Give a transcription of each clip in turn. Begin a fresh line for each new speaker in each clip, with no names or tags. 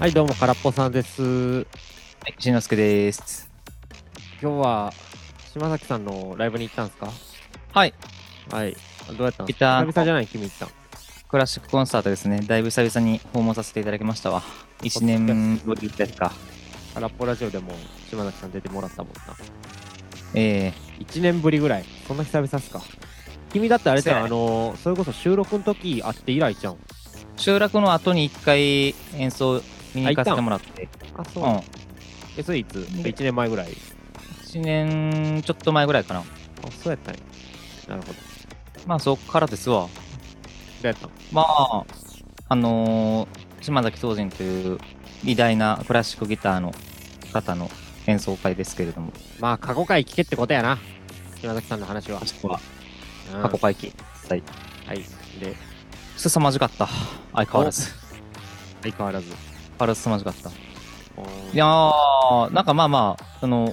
はい、どうも、空っぽさんです。
はい、しんのすけです。
今日は、島崎さんのライブに行ったんですか
はい、
はい。どうやったんです
行
か
っ
久
た
々じゃない君行ったん。
クラシックコンサートですね。だいぶ久々に訪問させていただきましたわ。1年ぶりですか。
空っぽラジオでも島崎さん出てもらったもんな。
え
1年ぶりぐらい。そんな久々っすか君だってあれじゃん、
そ
あ
うやね
のー、それこそ収録の時会って以来じゃん。
ー、集落の後に1回演奏見に行かせてもらって、、
あ、そううんなん。え、それいつ ?1 年前ぐらい。
1年ちょっと前ぐらいかな。
あ、そうやったんや。なるほど。ど
まあそっからですわ。
うやったん
まあ、あのー、島崎宗人という偉大なクラシックギターの方の演奏会ですけれども、
まあ、過去回聞けってことやな。島崎さんの話は。
そこは
うん
過去会期、はい、
はい。で、
凄まじかった。相変わらず。
相変わらず。
相変わらず凄まじかった。
おー
いやー、なんかまあまあ、その、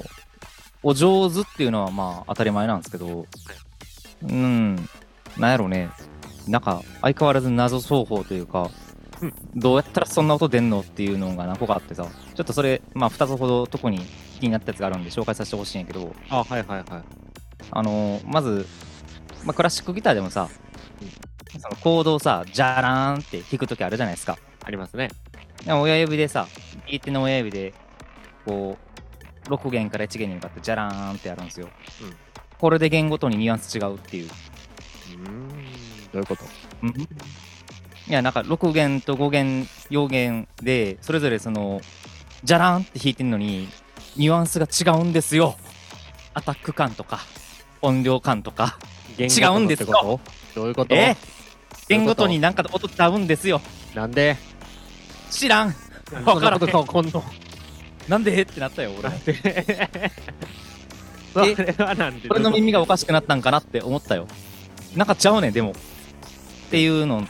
お上手っていうのはまあ当たり前なんですけど、うん、なんやろうね、なんか相変わらず謎奏法というか
うん、
どうやったらそんな音出んのっていうのが何個かあってさ、ちょっとそれ、まあ2つほど特に気になったやつがあるんで紹介させてほしいんやけど、
あ、はいはいはい。
あのーまず、まあ、クラシックギターでもさ、そのコードをさ、じゃらーんって弾くときあるじゃないですか。
ありますね。
で親指でさ、右手の親指で、こう、6弦から1弦に向かって、じゃらーんってやるんですよ。
うん
これで弦ごとにニュアンス違うっていう。
うん。どういうこと
うんいや、なんか6弦と5弦、4弦で、それぞれその、じゃらーんって弾いてるのに、ニュアンスが違うんですよ。アタック感とか、音量感とか。違うんです
言
よ
語のってことどういうこと
え弦ごとになんか音ちゃうんですよ。
なんで
知らん
そ
わ
ん
か
な
ら
こ
ん
とが起こんの
なんでってなったよ、俺。
それはなんで
俺の耳がおかしくなったんかなって思ったよ。なんかちゃうねん、でも。っていうの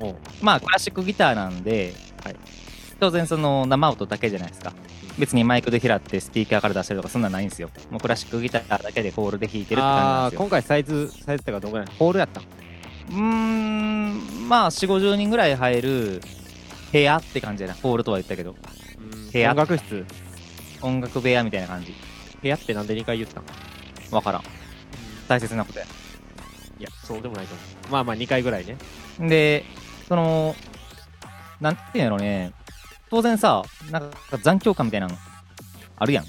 と、
おう
まあクラシックギターなんで、
はい
当然その生音だけじゃないですか。別にマイクで拾ってスピーカーから出してるとかそんなんないんですよ。もうクラシックギターだけでコールで弾いてる
あ
って感
あ
じなん
今回サイズサイズってかどんぐらいホールやったん
ですよ。うーん、まあ4、50人ぐらい入る部屋って感じやな。ホールとは言ったけど、部屋
音楽室
音楽部屋みたいな感じ。
部屋ってなんで2回言ったん
わからん。大切なことや。
いやそうでもないと思うまあまあ2回ぐらいね
で、その、なんていうんやろね、当然さ、なんか残響感みたいなのあるやん。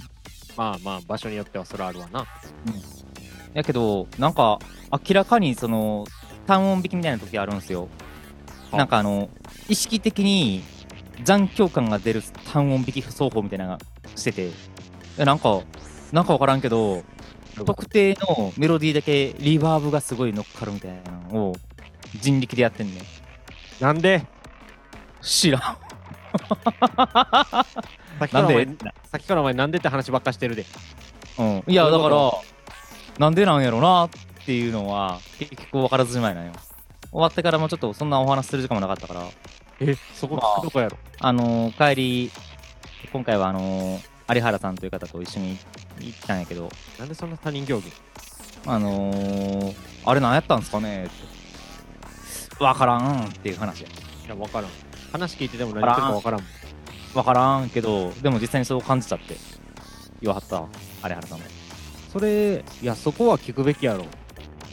まあまあ場所によってはそれはあるわな
やけど、なんか明らかにその単音弾きみたいな時あるんですよ。
あ
なんかあの、意識的に残響感が出る単音弾き奏法みたいなのがしてて、えなんか、なんかわからんけど、特定のメロディーだけリバーブがすごい乗っかるみたいなのを人力でやってんねん。
なんで
知らん。
さっきから
なん
お前
で
さっきからお前なんでって話ばっかしてるで
うん、い
ど
や
う
だ
いうこ
か
と
らなんでなんやろなっていうのは結局分からずじまいなんよ終わってからもちょっとそんなお話する時間もなかったから
えそこ聞くとこやろ
あのー帰り今回はあのー有原さんという方と一緒に行ったんやけど
なんでそんな他人行儀
あのー、あれ何やったんすかねって分からんっていう話や
いや分からん話聞いてても何言ってるか分からんもん
分からんけどでも実際にそう感じちゃって言わはった有原さんも
それいやそこは聞くべきやろ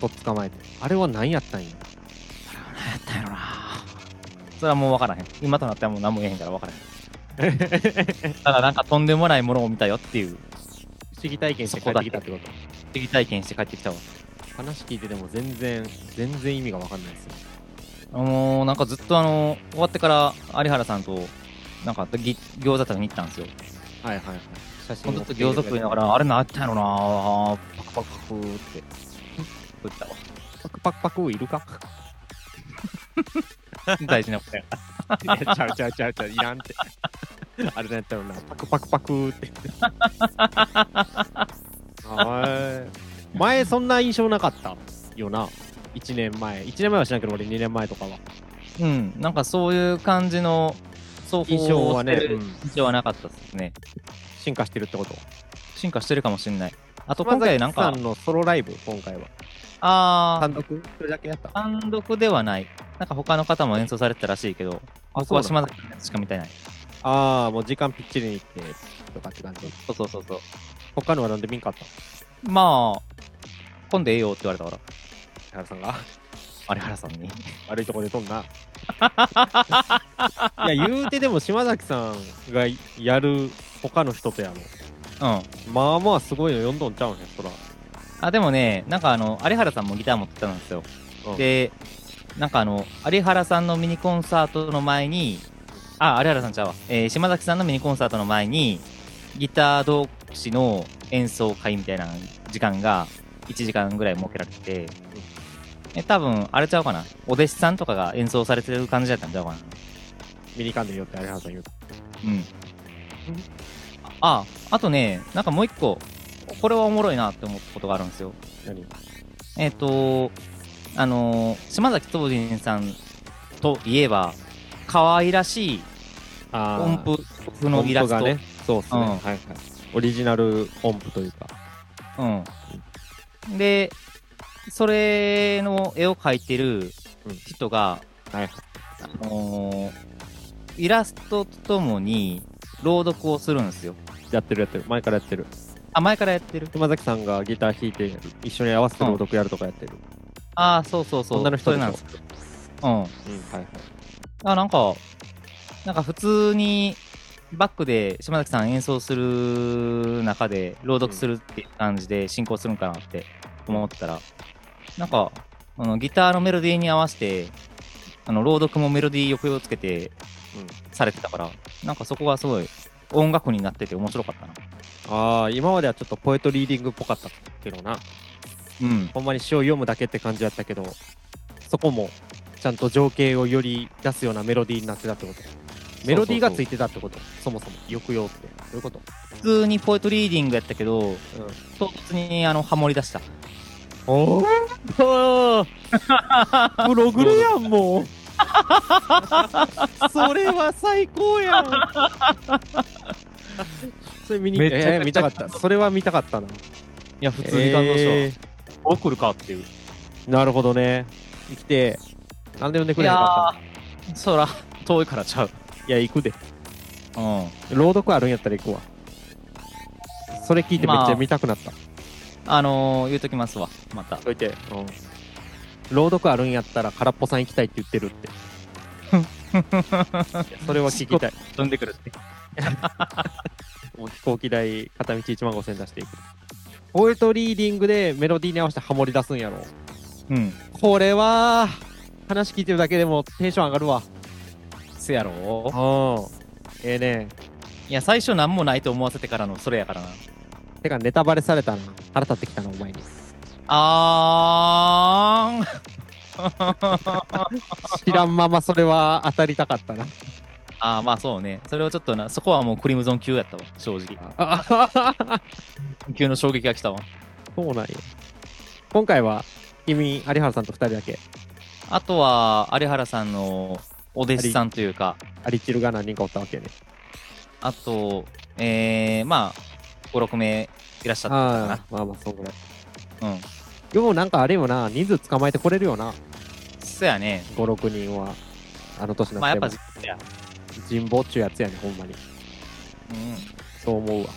とっ捕まえてあれは何やったんや
何やったんやろなそれはもう分からへん今となってはもう何も言えへんから分からへん ただなんかとんでもないものを見たよっていう、
不思議体験して帰ってきたってこと
不思議体験して帰ってきたわ。
話聞いてても全然全然意味が分かんないですよ
あのー、なんかずっとあのー、終わってから有原さんと、なんかぎ餃子食べに行ったんですよ。
はいはいはい写
ず
真
っと餃子食いながら、あれなったんやろなぁ、パクパクパクって、言ったわ。
パクパクパクいるか
大事なことや。
いやちゃうちゃうちゃうちゃういら んってあれなんやったろなパクパクパクって はーい前そんな印象なかったよな1年前1年前はしないけど俺2年前とかは
うん、なんかそういう感じの、そう
印象はね、うん
印象はなかったですね。
進化してるってこと
進化してるかもしれない。あと今回なん
島
か
崎さ、んのソロライブ今回は
あ
単
ー、
独それだけやった
単独ではない。なんか他の方も演奏されてたらしいけど、僕は島崎さんしか見てない。
ああ、もう時間ぴっちりに行って、とかって感じ。
そうそうそうそう
他のはなんで見んかったの
まあ今度ええよって言われたから
原さん が。
有原さんに
悪いとこでと んな。いや、言うてでも島崎さんがやる他の人とやろ。
うん
まあまあすごいの読んどんちゃうんや、そら。
あでもねなんかあの有原さんもギター持ってたんですよ、
うん
でなんかあの有原さんのミニコンサートの前にあ有原さんちゃうわ、えー島崎さんのミニコンサートの前にギター同士の演奏会みたいな時間が1時間ぐらい設けられてて、え多分あれちゃうかなお弟子さんとかが演奏されてる感じだったんちゃうかな
ミニカンで言うって、あれはさん言うと。
うん。あ、あとね、なんかもう一個、これはおもろいなって思ったことがあるんですよ。
何
えっ、と、あのー島崎藤人さんといえば、可愛らしい
あ
音符風のイラスト、
音符がね。そうっすね。
うん
はいはい。オリジナル音符というか。
うん。で、それの絵を描いてる
うん
人が、
はい
あのーイラストとともに朗読をするんですよ。
やってるやってる。前からやってる。
あ、前からやってる。
島崎さんがギター弾いて、一緒に合わせて朗読やるとかやってる。
ああ、そうそうそう。
女の人
そ
で
れ
し
なん
ょ
です。うん。
うん、はいはい。
あ、なんか、なんか普通にバックで島崎さん演奏する中で朗読するっていう感じで進行するんかなって思ったら、なんか、あのギターのメロディーに合わせて、あの朗読もメロディー抑揚をつけて
うん
されてたから、なんかそこがすごい音楽になってて面白かったな。
ああ、今まではちょっとポエトリーディングっぽかったけどな。
うん。
ほんまに詩を読むだけって感じだったけど、そこもちゃんと情景をより出すようなメロディーになってたってこと。メロディーがついてたってこと。そもそも抑揚って。どういうこと
普通にポエトリーディングやったけど、唐突にあのハモり出した。
おおプログレやんもう それは最高やん それ見に
めっちゃ
えー見たかったそれは見たかったない
や、普
普
通に感動したわ。
え
送るかっていう。
ーなるほどね生きてなんで呼んでく
い
れなか
やー、 そら、遠いからちゃう。
ったいや行くで
うん。
朗読あるんやったら行くわそれ聞いてめっちゃ見たくなった、
あのー、言うときますわ、また。
どいて、うん、朗読あるんやったら空っぽさん行きたいって言ってるって いやそれは聞きたい
飛んでくるって。
もう飛行機代片道1万5000円出していく。ポエトリーディングでメロディーに合わせてハモり出すんやろ。
うん。
これは、話聞いてるだけでもテンション上がるわ。
せやろ
うん。ええね
いや、最初なんもないと思わせてからのそれやからな。
てかネタバレされたな。腹立ってきたな、お前に。
あーん。
知らんままそれは当たりたかったな。
あー、まあそうね。それをちょっとな、そこはもうクリムゾン級やったわ、正直。
あ
級の衝撃が来たわ。
そうなんや。今回は、君、有原さんと二人だけ。
あとは、有原さんのお弟子さんというか、
アリチルが何人かおったわけね。
あと、えー、まあ、5、6名いらっしゃった
ああー、まあまあ、そうぐらい。
かな。うん。
でもなんかあれよな、人数捕まえてこれるよな。
そやね。
5、6人は。あの年に
まあ
なっ
やって
も
ぱ、や。
人望っちゅうやつやねほんまに
うん。
そう思うわ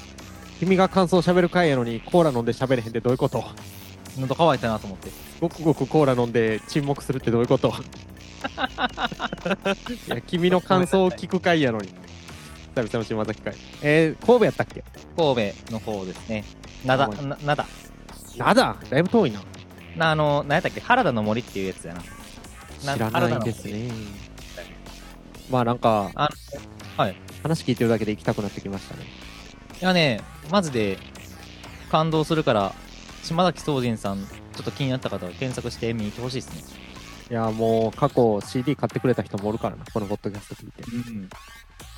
君が感想喋る回やのにコーラ飲んで喋れへんってどういうこと
喉乾いたなと思って。
ごくごくコーラ飲んで沈黙するってどういうこと いや君の感想を聞く回やのに久々の島崎会えー、神戸やったっけ
神戸の方ですね。なだ、な、なだ。
なだだいぶ遠いな
な、あの、何やったっけ原田の森っていうやつやな。な
知らないですねまあなんか
あはい
話聞いてるだけで行きたくなってきましたね
いやね、マジで感動するから、島崎宗人さん、ちょっと気になった方は検索して見に行ってほしいですね。
いやもう過去 CD 買ってくれた人もおるからなこのポッドキャスト聞いて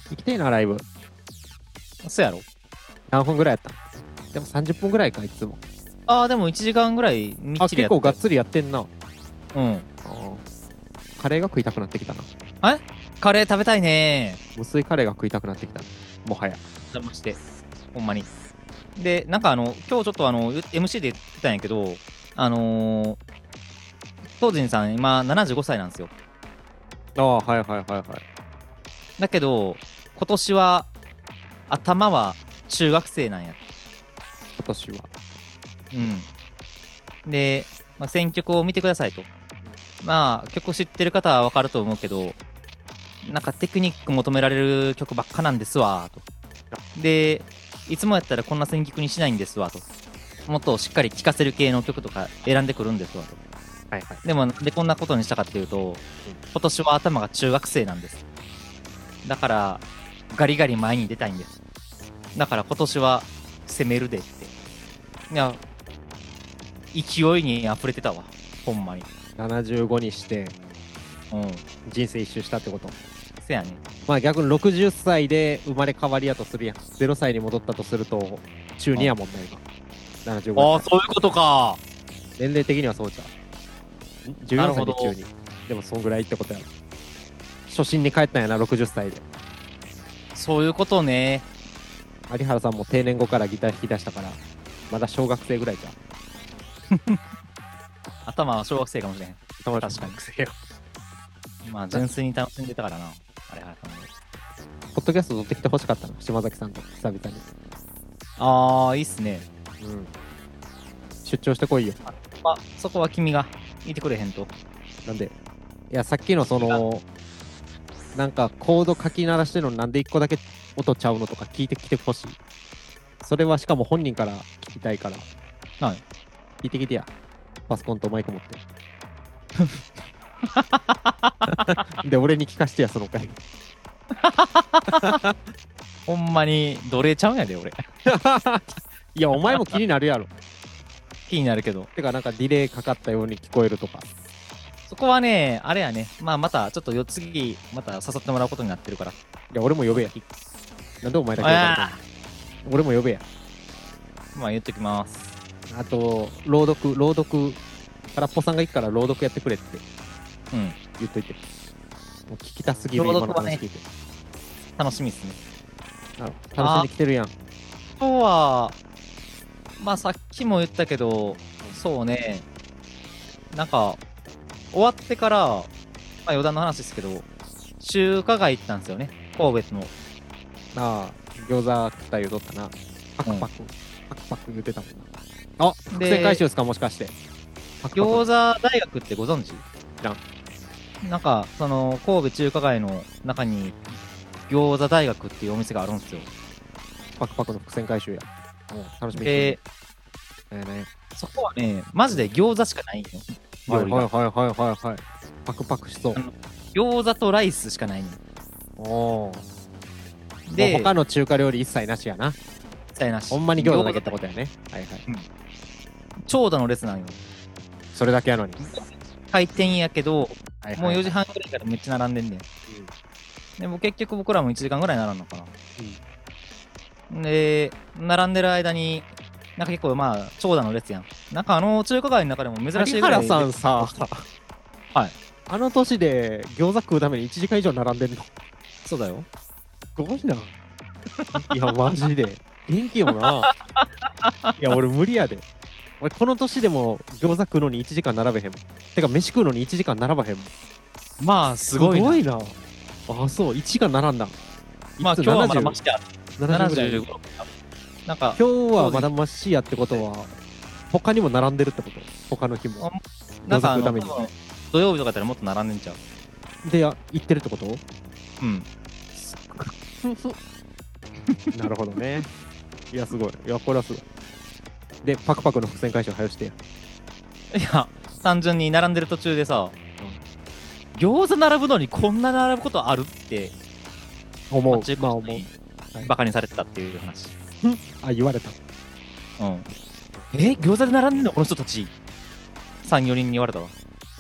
行きてえなライブ
うん。そうやろ
何分ぐらいやったでも30分ぐらいかいつも
ああ、でも1時間ぐらいみっ
あ
ちり
結
やって
構がっつりやってんな
うん。
カレーが食いたくなってきたな
カレー食べたいね
無水カレーが食いたくなってきたもはや
邪魔して、ほんまに。で、なんかあの、今日ちょっとあの、MC で言ってたんやけど、あのー、宗人さん今75歳なんですよ。
ああはいはいはいはい
だけど、今年は頭は中学生なんや。
今年は。
うん。で、まあ、選曲を見てくださいと。まあ、曲知ってる方はわかると思うけど、なんかテクニック求められる曲ばっかなんですわ、と。で、いつもやったらこんな選曲にしないんですわ、と。もっとしっかり聴かせる系の曲とか選んでくるんですわ、と。
はいはい。
でもなんでこんなことにしたかっていうと、今年は頭が中学生なんです。だから、ガリガリ前に出たいんです。だから今年は攻めるでって。いや、勢いに溢れてたわ。ほんまに。
75にして
うん。
人生一周したってこと。
せやね。
まあ逆に60歳で生まれ変わりやとするやん。0歳に戻ったとすると、中2やもんね、今。
あ
75
あ、そういうことか。
年齢的にはそうじゃん。14
なる
歳
ほど
で中2。でもそんぐらいってことやろ。初心に帰ったんやな、60歳で。
そういうことね。
有原さんも定年後からギター弾き出したから、まだ小学生ぐらいじゃん。
頭は小学生かもしれへん。
確
確かにまあ、純粋に楽しんでたからな。あれは。
ポッドキャスト撮ってきてほしかったの、島崎さんと久々に。
ああ、いいっすね。
うん。出張してこいよ。
まあ、そこは君がいてくれへんと。
なんで。いや、さっきのその、なんかコード書き鳴らしてるのになんで一個だけ音ちゃうのとか聞いてきてほしい。それはしかも本人から聞きたいから。
はい。
聞いてきてや。パソコンとマイク持って。 で、俺に聞かしてや、その回。
ほんまに奴隷ちゃうんやで、俺。
いや、お前も気になるやろ。
気になるけど。
てか、なんかディレイかかったように聞こえるとか。
そこはね、あれやね。まあ、また、ちょっとよ、次、また誘ってもらうことになってるから。
いや、俺も呼べや。なんでお前だけ呼ばれた
あ
の俺も呼べや。
あまあ、言っときます。
あと、朗読、朗読、空っぽさんが行くから朗読やってくれって
うん。
言っといて。もう聞きたすぎる、
朗
今
読
の
はね
話聞いて。
楽しみですね。
あ楽しんできてるやん。
今日は、まあ、さっきも言ったけど、そうね。なんか、終わってから、まあ、余談の話ですけど、中華街行ったんですよね。神戸の。
ああ、餃子食った言うとったな。パクパク、パクパク言うてたもんな。あ、
で
伏線回収ですか、もしかして。パクパク
餃子大学ってご存知
知ら
なんか、その、神戸中華街の中に、餃子大学っていうお店があるんですよ。
パクパクの伏線回収や。もう楽しみにして
で
る。、ええね。
そこはね、マジで餃子しかないんよ。
はい
料理
はい
が。
はいはいはいはい。パクパクしそう。
餃子とライスしかないの。
おーも
で、
う他の中華料理一切なしやな。
使いなし
ほんまに餃子だけってことやね。はいはい。
長蛇の列なんよ。
それだけやのに。
開店やけど、
はいはい
もう
はい
4時半ぐらいからめっちゃ並んでんねん。
うん
でもう結局僕らも1時間ぐらい並んのかな。で、並んでる間に、なんか結構まあ、長蛇の列やん。なんかあの中華街の中でも珍しい
有
ぐらい
原さんさ、
はい。
あの年で餃子食うために1時間以上並んでんの。
そうだよ。
すごい な。いや、マジで。元気よな。いや、俺無理やで。俺、この年でも餃子食うのに1時間並べへんもん。てか、飯食うのに1時間並ばへんもん。
まあ、すごいな。
な。あ、そう、1時間並んだ。
まあ、
いつ
今日はまだ
70
まして
70ぐらい
75。なんか、
今日はまだましやってことは、他にも並んでるってこと他の日も。
なんかあ
覗くた
の、
めに
多分土曜日とかだったらもっと並んでんちゃう。
で、あ行ってるってこと
うん。
なるほどね。いや、すごい。いや、これはすごい。で、パクパクの伏線回収はよしてや。
いや、単純に並んでる途中でさ、餃子並ぶのにこんな並ぶことあるって、
思う
中。
まあ、
高
思う
生。
はい
にバカにされてたっていう話。
あ、言われた。
うん。え餃子で並んでんのこの人たち。3、4人に言われたわ。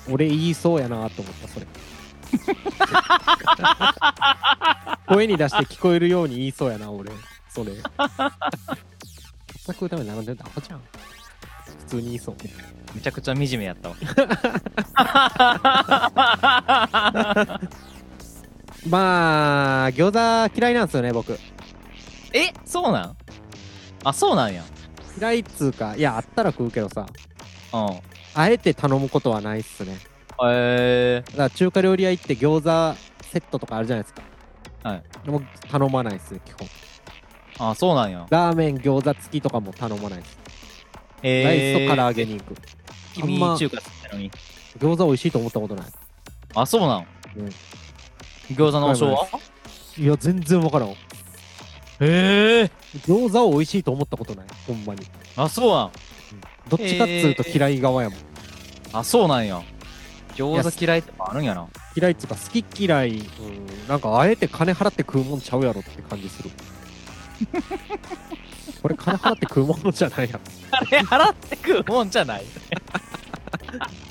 俺言いそうやなと思った、 それ。声に出して聞こえるように言いそうやな、俺。そ れ。作るために並んでるってアホじゃん。普通に言いそう。
めちゃくちゃ惨めやったわ。
まあ、餃子嫌いなんですよね、僕。
えそうなんあ、そうなんや。
嫌いっつうか、いや、あったら食うけどさ、
うん。
あえて頼むことはないっすね。
え
だから中華料理屋行って餃子セットとかあるじゃないですか。
ー。はい
でも頼まないですね基本
あそうなんや。
ラーメン餃子付きとかも頼まないです、
え
ライスと唐揚げに行く
君
あんま
中華好きなのに。
餃子美味しいと思ったことない
あ、そうなん。
うん
餃子の王将はい
や全然分からん
へえ。
餃子を美味しいと思ったことないほんまに
あ、そうなん。
どっちかっつうと嫌い側やもん、
あ、そうなんや。餃子嫌いってのあるんやな。
嫌いっつうか好き嫌い、うん、なんかあえて金払って食うもんちゃうやろって感じ するこれ金払って食うものじゃないやろ
あれ 払ってくるもんじゃない。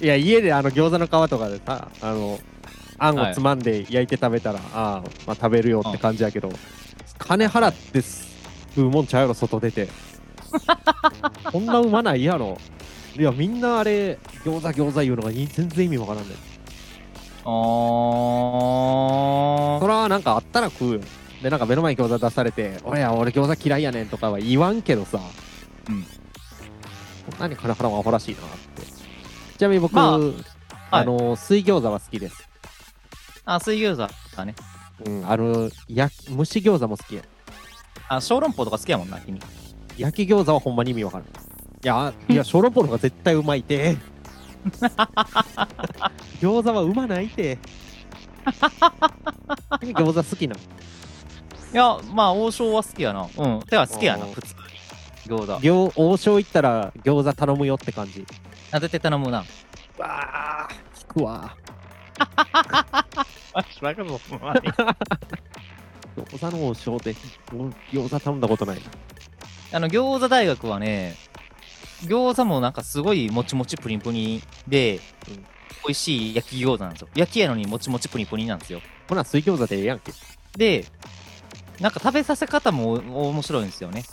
いや家であの餃子の皮とかでさあのあん
は
を
い
つまんで焼いて食べたら、ああまあ食べるよって感じやけど、金払って食うもんちゃうやろ外 出てこんなうまないやろいやみんなあれ餃子餃子言うのがい全然意味わからんねん
あー
そ。らなんかあったら食うよでなんか目の前に餃子出されて「おや俺餃子嫌いやねん」とかは言わんけどさ
うん
こんなに金払うのアホらしいなってちなみに僕、
まあ
あの水餃子は好きです
あ、水餃子だね。
うん、あの、や、蒸し餃子も好きや。
あ、小籠包とか好きやもんな、君。
焼き餃子はほんまに意味わからん。いや、いや、小籠包の方が絶対うまい て。餃子はうまないて。 君餃子好きなの
いや、まあ、王将は好きやな。うん。てか、好きやな、
うん
普通に。餃子。
餃王将行ったら餃子頼むよって感じ。
あ、絶対頼むな。
わあ、聞くわ。
あ、しばらくも。
餃子の王将で餃子頼んだことない。
あの、餃子大学はね、餃子もなんかすごいもちもちプリンプリンで、
うん
美味しい焼き餃子なんですよ。焼きやのにもちもちプリンプリンなんですよ。
ほな、水餃子でええやんけ。
で、なんか食べさせ方もお面白いんですよね。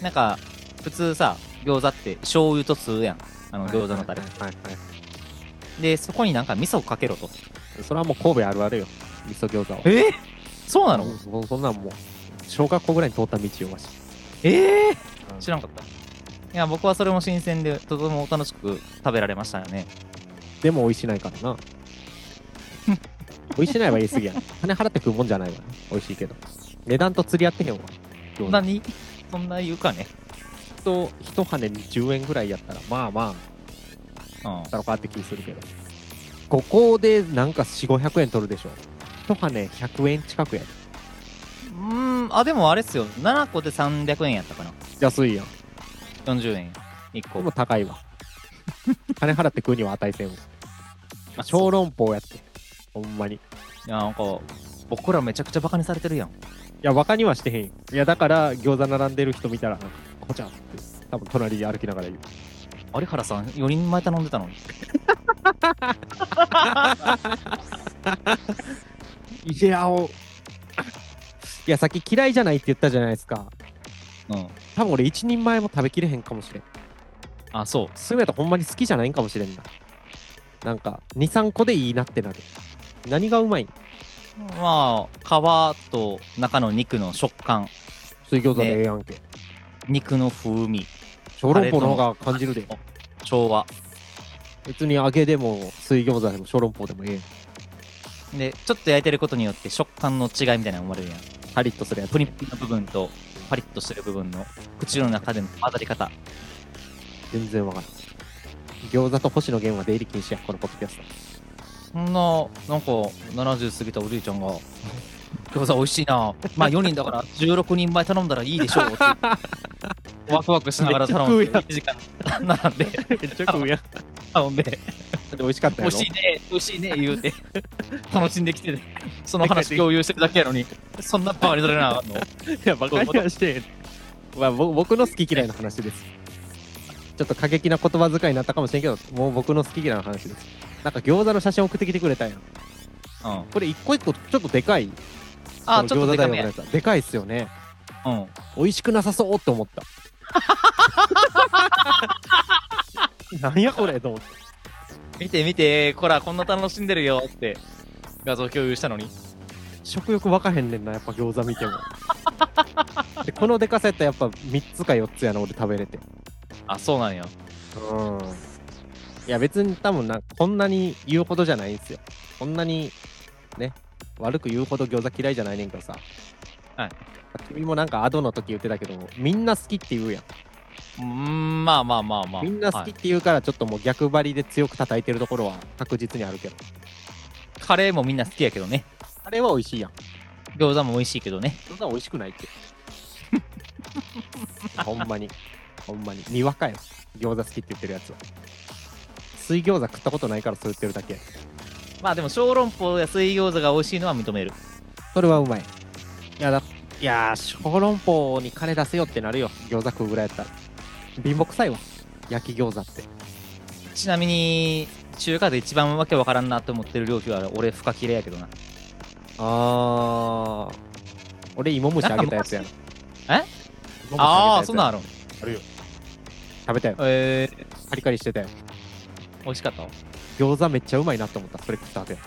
なんか、普通さ、餃子って醤油と酢やん。あの、餃子のタレ
はい。はいはいは
で、そこになんか味噌をかけろと。
い。それはもう神戸あるあるよ。味噌餃子は。
えそうなの、
うんそそんなんもう、小学校ぐらいに通った道をわし。
ええ
うん
知らんかった。いや、僕はそれも新鮮で、とても楽しく食べられましたよね。
でも美味しないから な。美味しないは言い過ぎや。金払って食うもんじゃないわ。美味しいけど。値段と釣り合ってへんわ。
そんなに、そんな言うかね。
と一羽に10円ぐらいやったら、まあまあ、
うん。
だろうかって気するけど。ここでなんか4、500円取るでしょ。一羽ね100円近くやで。
うーん、あ、でもあれっすよ。7個で300円やったかな。
安いやん。
40円。1
で
個。
も高いわ。金払って食うには値せんわ。
あそ
小
う
籠包やって。ほんまに。い
いや、なんか、僕らめちゃくちゃバカにされてるやん。
や、バカにはしてへんよ。いや、だから餃子並んでる人見たら、こちゃんって、多分隣で歩きながら言う。
有原さん、4人前頼んでたのに。
いやおいやさっき嫌いじゃないって言ったじゃないですか
うん。
多分俺一人前も食べきれへんかもしれん
あ、そう。
そういうやとほんまに好きじゃないんかもしれんななんか23個でいいなってなる何がうまいん
まあ、皮と中の肉の食感、
水餃子でええやんけ、
肉の風味、
小籠包の方が感じるで
調和。
別に揚げでも水餃子でも小籠包でもええやん
で、ちょっと焼いてることによって食感の違いみたいなのが生まれるやん。
カリッとするやつ
プリプリの部分と、パリッとしてる部分の、口の中での混ざり方。
全然わからん餃子と星野源は出入り禁止やこのポッドキャスト
そんな、なんか、70過ぎたおじいちゃんが、餃子美味しいな。まあ4人だから16人前頼んだらいいでしょうって いう。ワクワクしながら頼ん
めっ
で、
ちゃ
1時間並んで、
めっちゃ食うやん
頼んで、
美味しかった
美
やろ
味しいね、美味しいね、言 うて、楽しんできてて、その話共有してるだけやのに、そんなバカにされなあ かんの。
いや、バカにはしてへん。まあ、ぼ僕の好き嫌いの話です。ちょっと過激な言葉遣いになったかもしれんけど、もう僕の好き嫌いの話です。なんか餃子の写真送ってきてくれたやん。
うん。
これ一個一個ちょっとでかい。
あ、
その
ちょ
餃子
っとでか
大学の
めや
や。つはでかいっすよね。
うん。
美味しくなさそうって思 った。なんやこれと思って。
見て見て、こら、こんな楽しんでるよって、画像共有したのに。
食欲わかへんねんな、やっぱ餃子見ても。でこのでかさやったらやっぱ3つか4つやな、俺食べれて。
あ、そうなんや。
うん。いや別に多分な、こんなに言うほどじゃないんですよ。こんなに、ね、悪く言うほど餃子嫌いじゃないねんけどさ、
はい、
君もなんかアドの時言ってたけどみんな好きって言うやん
うーんまあまあまあまあ
みんな好
は
きっ
い
て言うからちょっともう逆張りで強く叩いてるところは確実にあるけど
カレーもみんな好きやけどね
あれは美味しいやん
餃子も美味しいけどね
そんな美味しくないってほんまにほんまににわかやん餃子好きって言ってるやつは水餃子食ったことないからそう言ってるだけ
まあでも小籠包や水餃子が美味しいのは認める
それはうまいいやだいやー小籠包に金出せよってなるよ餃子食うぐらいやったら貧乏くさいわ焼き餃子って
ちなみに中華で一番わけわからんなと思ってる料理は俺フカキレやけどな
あー俺芋虫あげたやつやな
なんか
芋虫
ああ
げたやつ
そんなんあるん
食べたよ
えー、
カリカリしてたよ
美味しかったわ
餃子めっちゃうまいなと思ったそれ食 った後や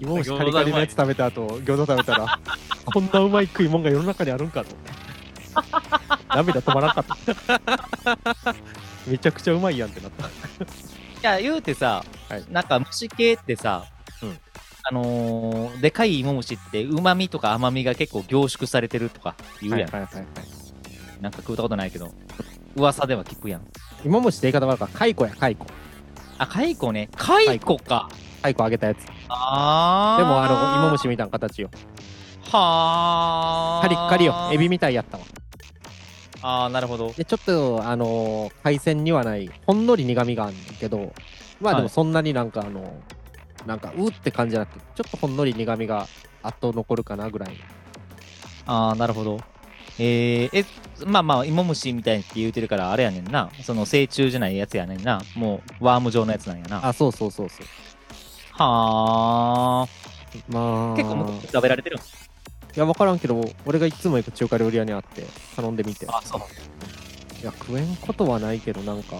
芋虫カリカリのやつ食べた後餃子食べたらこんなうまい食い物が世の中にあるんかと思って涙止まらなかっためちゃくちゃうまいやんってなった
いや、言うてさ、
はい
なんか虫系ってさ、
うん
あのーでかい芋虫って、うまみとか甘みが結構凝縮されてるとか言うやん。
はいはいはいはい
なんか食うたことないけど、噂では聞くやん。
芋虫って言い方悪いから、カイコや、カイコ。
あ、蚕ね。蚕か。
カイコあげたやつ。で
あー。
も、あの、芋。虫みたいな形よ。
は
カ
ー。
リッカリよ。エビ。みたいやったわ。
あー、なるほど。
で、ちょっと、あのー海鮮にはない、ほんのり苦味があるんだけど、まあで
は
も
い
そんなになんか、あのーなんか、うーって感じじゃなくて、ちょっとほんのり苦味があと残るかなぐらい。
あー、なるほど。えー、え、まあまあ、芋虫みたいって言うてるから、あれやねんな。その、成虫じゃないやつやねんな。もう、ワーム状のやつなんやな。
あ、そうそうそうそう。
はー。
まあ、
結構
い
昔食べられてるん
や、わからんけど、俺がいつも行く中華料理屋にあって、頼んでみて。
あ、そう。
いや、食えんことはないけど、なんか、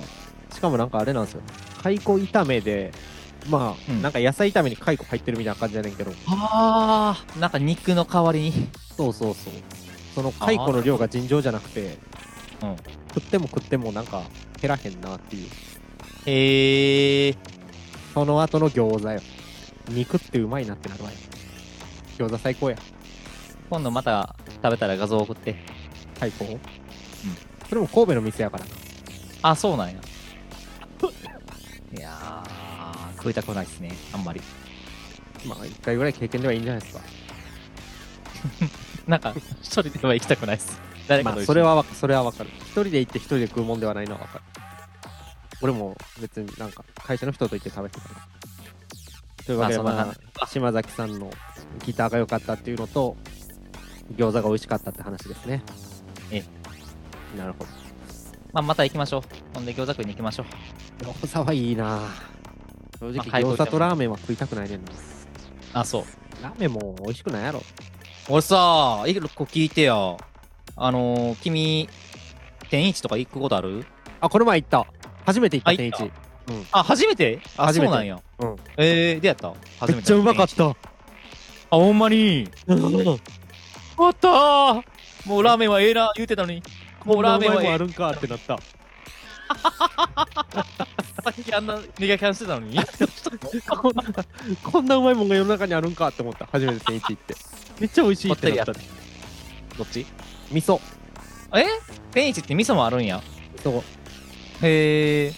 しかもなんかあれなんですよ。蚕炒めで、まあ、
うん
なんか野菜炒めに蚕入ってるみたいな感じじゃねんけど、
ああ、なんか肉の代わりに。
そうそうそう。その蚕の量が尋常じゃなくて、
うん
食っても食ってもなんか減らへんなっていう。
へえ。
その後の餃子よ。肉ってうまいなってなるわよ。餃子最高や。
今度また食べたら画像送って。
蚕を。うん。それも神戸の店やから。
あ、そうなんや。いやー、食いたくないですね、あんまり。
まあ、一回ぐらい経験ではいいんじゃないですか。
なんか、一人では行きたくないです。誰か
まあ
と、一
そ
緒に
れ。はわかそれはわかる。一人で行って一人で食うもんではないのはわかる。俺も別になんか会社の人と行って食べてたな。というわけで、
まあそんな
まあ、島崎さんのギターが良かったっていうのと、餃子が美味しかったって話ですね。
え
なるほど。
まあ、また行きましょう。ほんで、餃子食いに行きましょう。
餃子はいいなぁ正
ま
直、
あ解凍
餃
しても
子とラーメンは食いたくないねんな。
あ、そう。
ラーメンも美味しくないやろ。
俺さ、一個聞いてよ。あのー、君、天一とか行くことある
あ、この前行った。初めて行った、
あ
天
行った
一。
あ、初めてあ、
初めて
そうなんや。
うん。
えー、でやった初めて。
めっちゃうまかっ。 た。
あ、ほんまに。
うん
終わったーもうラーメンはええな言うてたのにもうラーメンは
こんなうまいもんあ
ええ
るんかってなった。
さっきあんなネガキャンしてたのに
こんな、こんなうまいもんが世の中にあるんかって思った。初めて天一行って。めっちゃ美味しいってなった。
どっち
味噌。
え天一って味噌もあるんや
そう。
へえ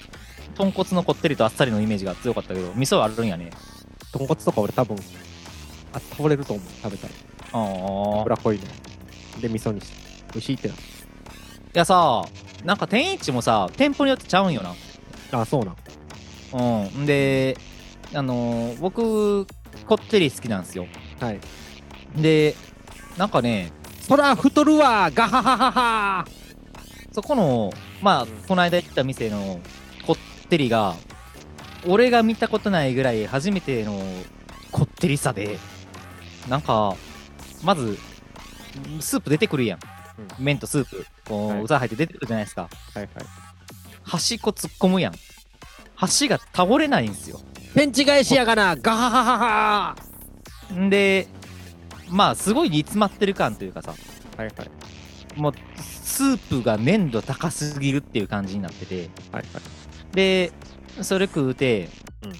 豚骨のこってりとあっさりのイメージが強かったけど味噌はあるんやね
豚骨とか俺多分、あ、倒れると思う。食べたら。
ああ
脂濃いの。で、味噌にした。美味しいってなっ
いやさなんか天一もさ店舗によってちゃうんよな
た。あ、そうなん。
うんんであのー、僕こってり好きなんですよ
はい。
でなんかね
そら、太るわガハハハハ
そこの、まあ、この間行った店のこってりが、俺が見たことないぐらい初めてのこってりさで、なんか、まず、スープ出てくるやん。
う
麺とスープ、こう、
はい
ザ入って出てくるじゃないですか。
はいはい。
端っこ突っ込むやん。端が倒れないんですよ。
ペンチ返しやがなガハハハハ
んで、まあ、すごい煮詰まってる感というかさ、
はいはい。
もう、スープが粘度高すぎるっていう感じになってて、
はいはい。
でそれ食うて、
うん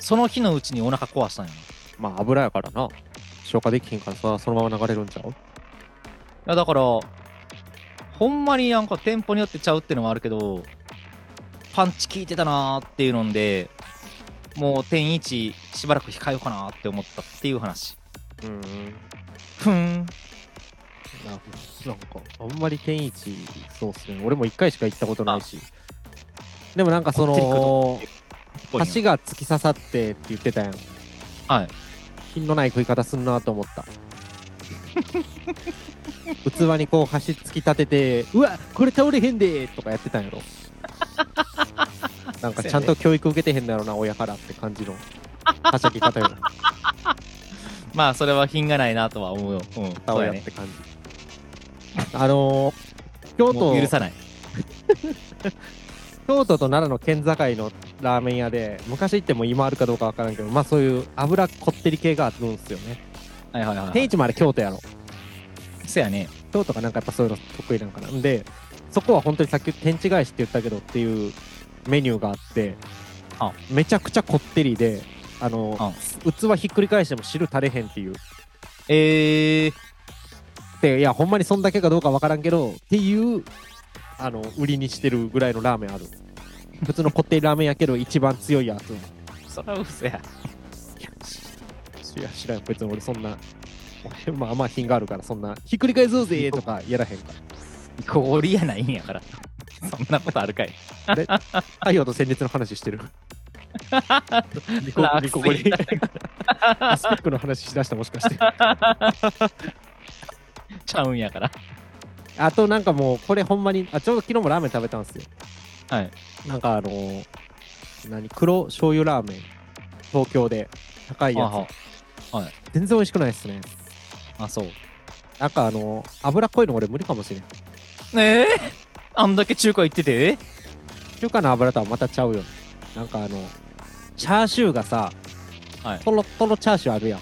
その日のうちにお腹壊したんやな
まあ油やからな消化できひんからさそのまま流れるんちゃう
いやだからほんまになんか店舗によってちゃうっていうのもあるけどパンチ効いてたなーっていうのでもう天一しばらく控えようかなーって思ったっていう話
うん
ふーん
なんかなんかあんまり天一そうっすね俺も1回しか行ったことないしでもなんかそ
こ
の
って
橋が突き刺さってって言ってたやん
はい
品のない食い方すんなと思った 器にこう箸突き立てて「うわこれ倒れへんで!」とかやってたんやろなんかちゃんと教育受けてへんだろうな親からって感じ のはしゃぎ方よ
まあそれは品がないなとは思うようん
倒
そう
れ
や
やっ
ね
て感じ、あのー京
も
都
う許さない
京都と奈良の県境のラーメン屋で昔行っても今あるかどうかわからんけどまあそういう油こってり系があるんすよね
はいはいはいは
天
い
一もあれ京都やろ
そやね
京都がなんかやっぱそういうの得意なんかなんでそこは本当にさっき天地返しって言ったけどっていうメニューがあって
あ
めちゃくちゃこってりであの
あ
器ひっくり返しても汁垂れへんっていう
えー、
でいやほんまにそんだけかどうかわからんけどっていうあの売りにしてるぐらいのラーメンある普通のこってりラーメンやけど一番強いやつ
そら嘘や
いや知らん別に俺そんな 俺まあまあ品があるからそんなひっくり返そうぜとかやらへんから
氷やないんやからそんなことあるかい
太陽と戦列の話してるリコ
ラ
リコゴリ
ー
アスペックの話しだしたもしかして
ちゃうんやから
あとなんかもうこれほんまにあちょうど昨日もラーメン食べたんですよ
はい
なんかあのー何黒醤油ラーメン東京で高い
あは
やつ全然美味しくないっすね
あそう
なんかあのー脂っこいの俺無理かもしれん
ええあんだけ中華行ってて
中華の油とはまたちゃうよねなんかあのチャーシューがさ、
はい
トロトロチャーシューあるやん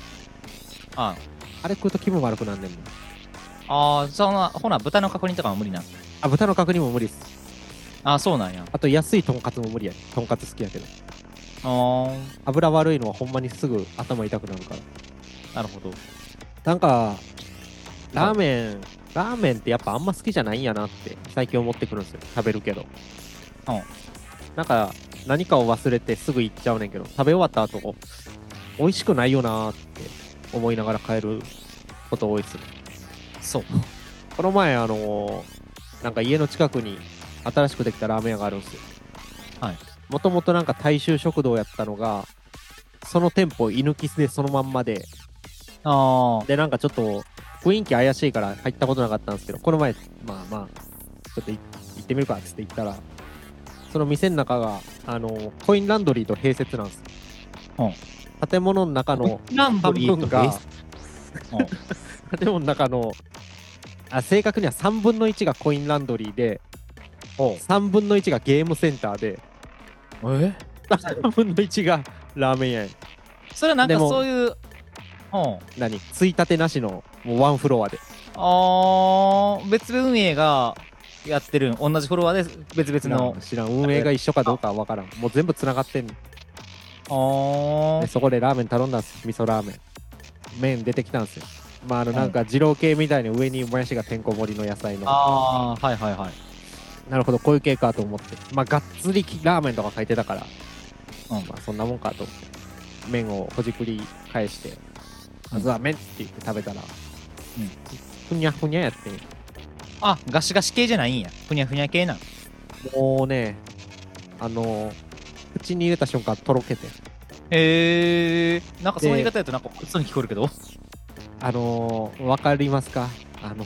あ
あれ食うと気分悪くなんねんもん
あーそんなほな豚の角煮とかは無理なん
あ豚の角煮も無理っす
あそうなんや
あと安いとんかつも無理やねとんかつ好きやけど
あー
油悪いのはほんまにすぐ頭痛くなるから
なるほど
なんかラーメンラーメンってやっぱあんま好きじゃないんやなって最近思ってくるんですよ食べるけど
うん
なんか何かを忘れてすぐ行っちゃうねんけど食べ終わった後美味しくないよなーって思いながら帰ること多いっすね
そう
この前あのーなんか家の近くに新しくできたラーメン屋があるんですよ
はい
もともとなんか大衆食堂やったのがその店舗居抜きでそのまんまで
あ
で、なんかちょっと雰囲気怪しいから入ったことなかったんですけど、この前、まあまあ、ちょっとい行ってみるかっつって行ったら、その店の中が、あの、コインランドリーと併設なんです。建物の中の、
あなん
半
と
分が、
うん
建物の中の、あ正確には3分の1がコインランドリーで、
お
3分の1がゲームセンターで、
え
3分の1がラーメン屋や
それはなん
で
か
も
そういううん
何ついたてなしの、もうワンフロアで。
あー別運営がやってる同じフォロワーで別々の
知らん、運営が一緒かどうかは分からん。もう全部繋がってんの
あ
で
ー
そこでラーメン頼んだんです味噌ラーメン麺出てきたんですよまああのなんか二郎系みたいに上にもやしがてんこ盛りの野菜の
あーはいはいはい
なるほどこういう系かと思ってまあがっつりきラーメンとか書いてたから、
うん
まあそんなもんかと思って麺をほじくり返してまずは麺って言って食べたら、ふにゃふにゃやってん
あガシガシ系じゃないんやふにゃふにゃ系なん
もうねあの口に入れた瞬間とろけて
へえー、なんかその
で
言い方やとなんか普通に聞こえるけど
あのーわかりますかあの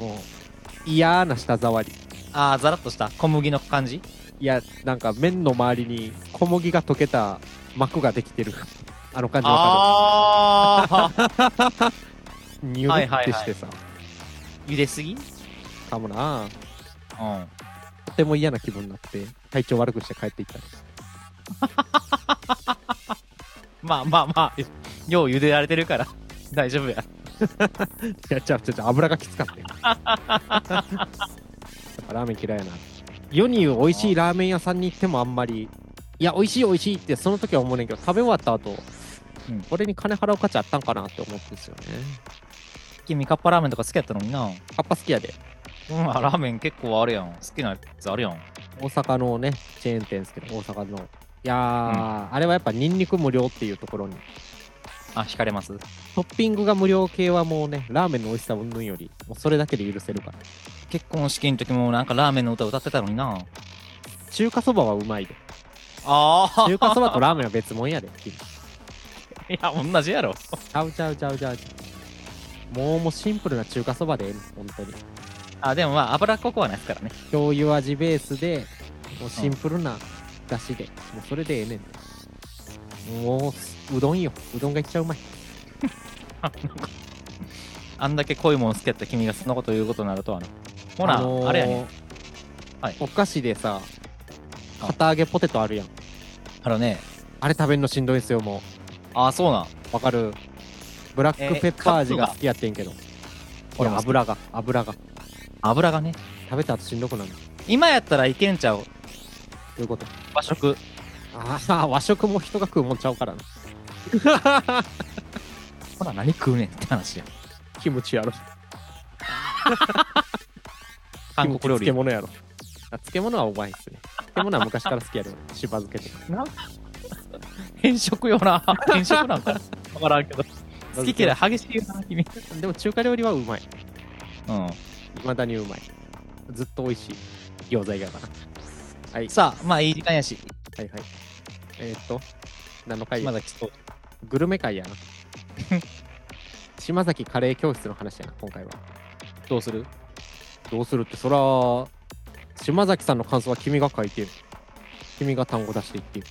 嫌な舌触り
ああザラッとした小麦の感じ
いや、なんか麺の周りに小麦が溶けた膜ができてる。あの感じわか
ああ
る。ニュ
は
ー
いはいはい
ってしてさ、
茹ですぎうん
かもな。とても嫌な気分になって、体調悪くして帰っていったね。
まあまあまあよう茹でられてるから大丈夫や
いや、ちゃうちゃうちゃう、油がきつかったよ。 やっぱラーメン嫌いやな。世に言う美味しいラーメン屋さんに行ってもあんまり、いや、美味しい美味しいってその時は思うねんけど、食べ終わった後、
うん
これに金払う価値あったんかなって思ってんですよね
君カッパラーメンとか好きやったのにな。うん、
カッパ好きやで
ラーメン結構あるやん。好きなやつあるやん。
大阪のねチェーン店ですけど大阪のいやー、あれはやっぱニンニク無料っていうところに
あ、惹かれます
トッピングが無料系はもうねラーメンの美味しさ云々よりもうそれだけで許せるから
結婚式の時もなんかラーメンの歌歌ってたのにな。
中華そばはうまいで
ああ
中華そばとラーメンは別もんやで
いや、同じやろ。
ちゃうちゃうちゃうちゃうちゃうもうもうシンプルな中華そばでええの本当に
あ、でもまあ、脂っこくはないですからね。
醤油味ベースでもうシンプルなだしで、もうそれでええねんもううどんようどんがいっちゃうまい
あんだけ濃いもん好きやった君がそんなこと言うことになるとはな。ほら、あ
のー
れやね。はい
お菓子でさ
あ
片揚げポテトあるやん
あのね。
あれ食べんのしんどいんすよも
あ、そうなん。
うわかるブラックペッパー味が好きやってんけど、これ
俺も好き
油が油が
油がね。
食べた後しんどくなるど
今やったらいけんちゃう。
ういうこと
和食。
ああ和食も人が食うもんちゃうからな
ほら、何食うねんって話や。
キムチやろ
韓国料
キ
理
ムチ漬。物やろあ漬物はうまいっすね漬物は昔から好きやで 俺しば漬けとか
変色よ な。変色なんかな。わからんけど。好き嫌い激しいよな、君。
でも中華料理はうまい
うん。
未だにうまいずっと美味しい餃子以外かなはい
さあ、まあいい時間やし、
はいはいえー、っと何の回
まだ来そう。
グルメ会 やな島崎カレー教室の話やな今回は
どうする
どうするってそら島崎さんの感想は君が書いてよ君が単語出していってよ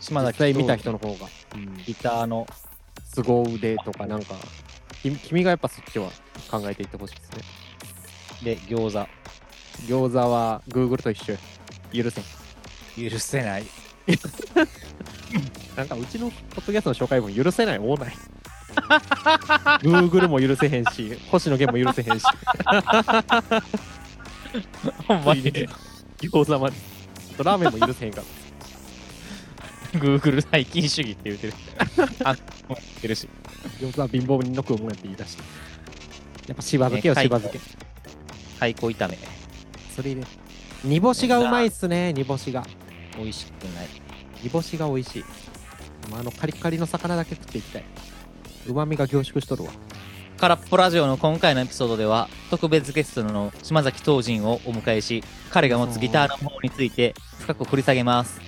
島
実
崎
際見た人の方が
ギターの
凄腕とかなんか君君がやっぱそっちは考えていってほしいですね
で餃
餃子は Google と一緒よ許せん
子許せない
なんかうちのポッドキャストの紹介文許せないオーナイ Google も許せへん し星野源も許せへんし
ほんま に
餃子まであとラーメンも許せへんから
Google 最近主義って言うてるあもう言ってるし
餃子は貧乏人の食うもんやって言い出してやっぱしば漬けよ
ね
しば漬け
太鼓炒め
それで煮干しがうまいっすね煮干しが
美味しくない
煮干しが美味しいまああのカリカリの魚だけ食っていきたいうまみが凝縮しとるわ
空っぽラジオの今回のエピソードでは特別ゲストの島崎東仁をお迎えし彼が持つギターの方について深く掘り下げます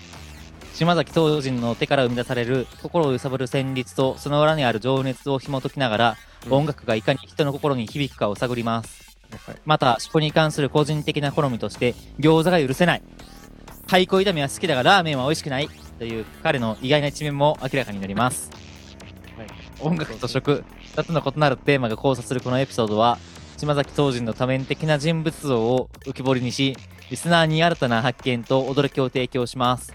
島崎東仁の手から生み出される心を揺さぶる旋律とその裏にある情熱を紐解きながら、
うん
音楽がいかに人の心に響くかを探ります
はい
また、食に関する個人的な好みとして、餃子が許せない。太鼓炒めは好きだが、ラーメンは美味しくない。という彼の意外な一面も明らかになります。音楽と食、2つの異なるテーマが交差するこのエピソードは、島崎東人の多面的な人物像を浮き彫りにし、リスナーに新たな発見と驚きを提供します。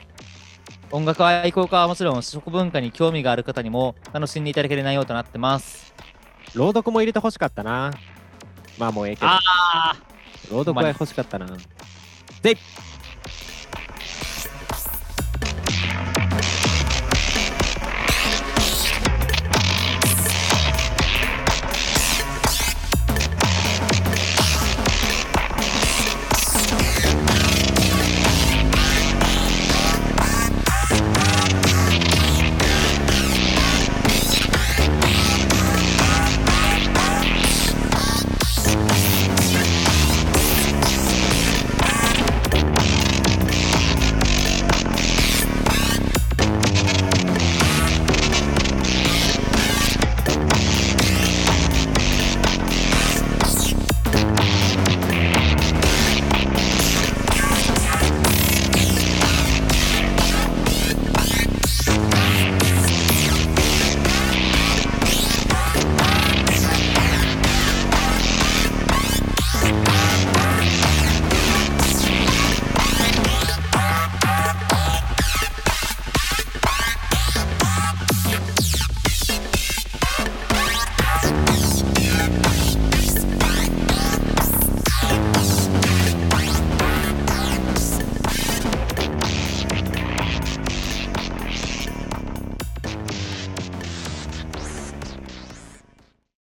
音楽愛好家はもちろん、食文化に興味がある方にも楽しんでいただける内容となってます。
朗読も入れてほしかったなまあもうええけど
あ
朗読は欲しかったな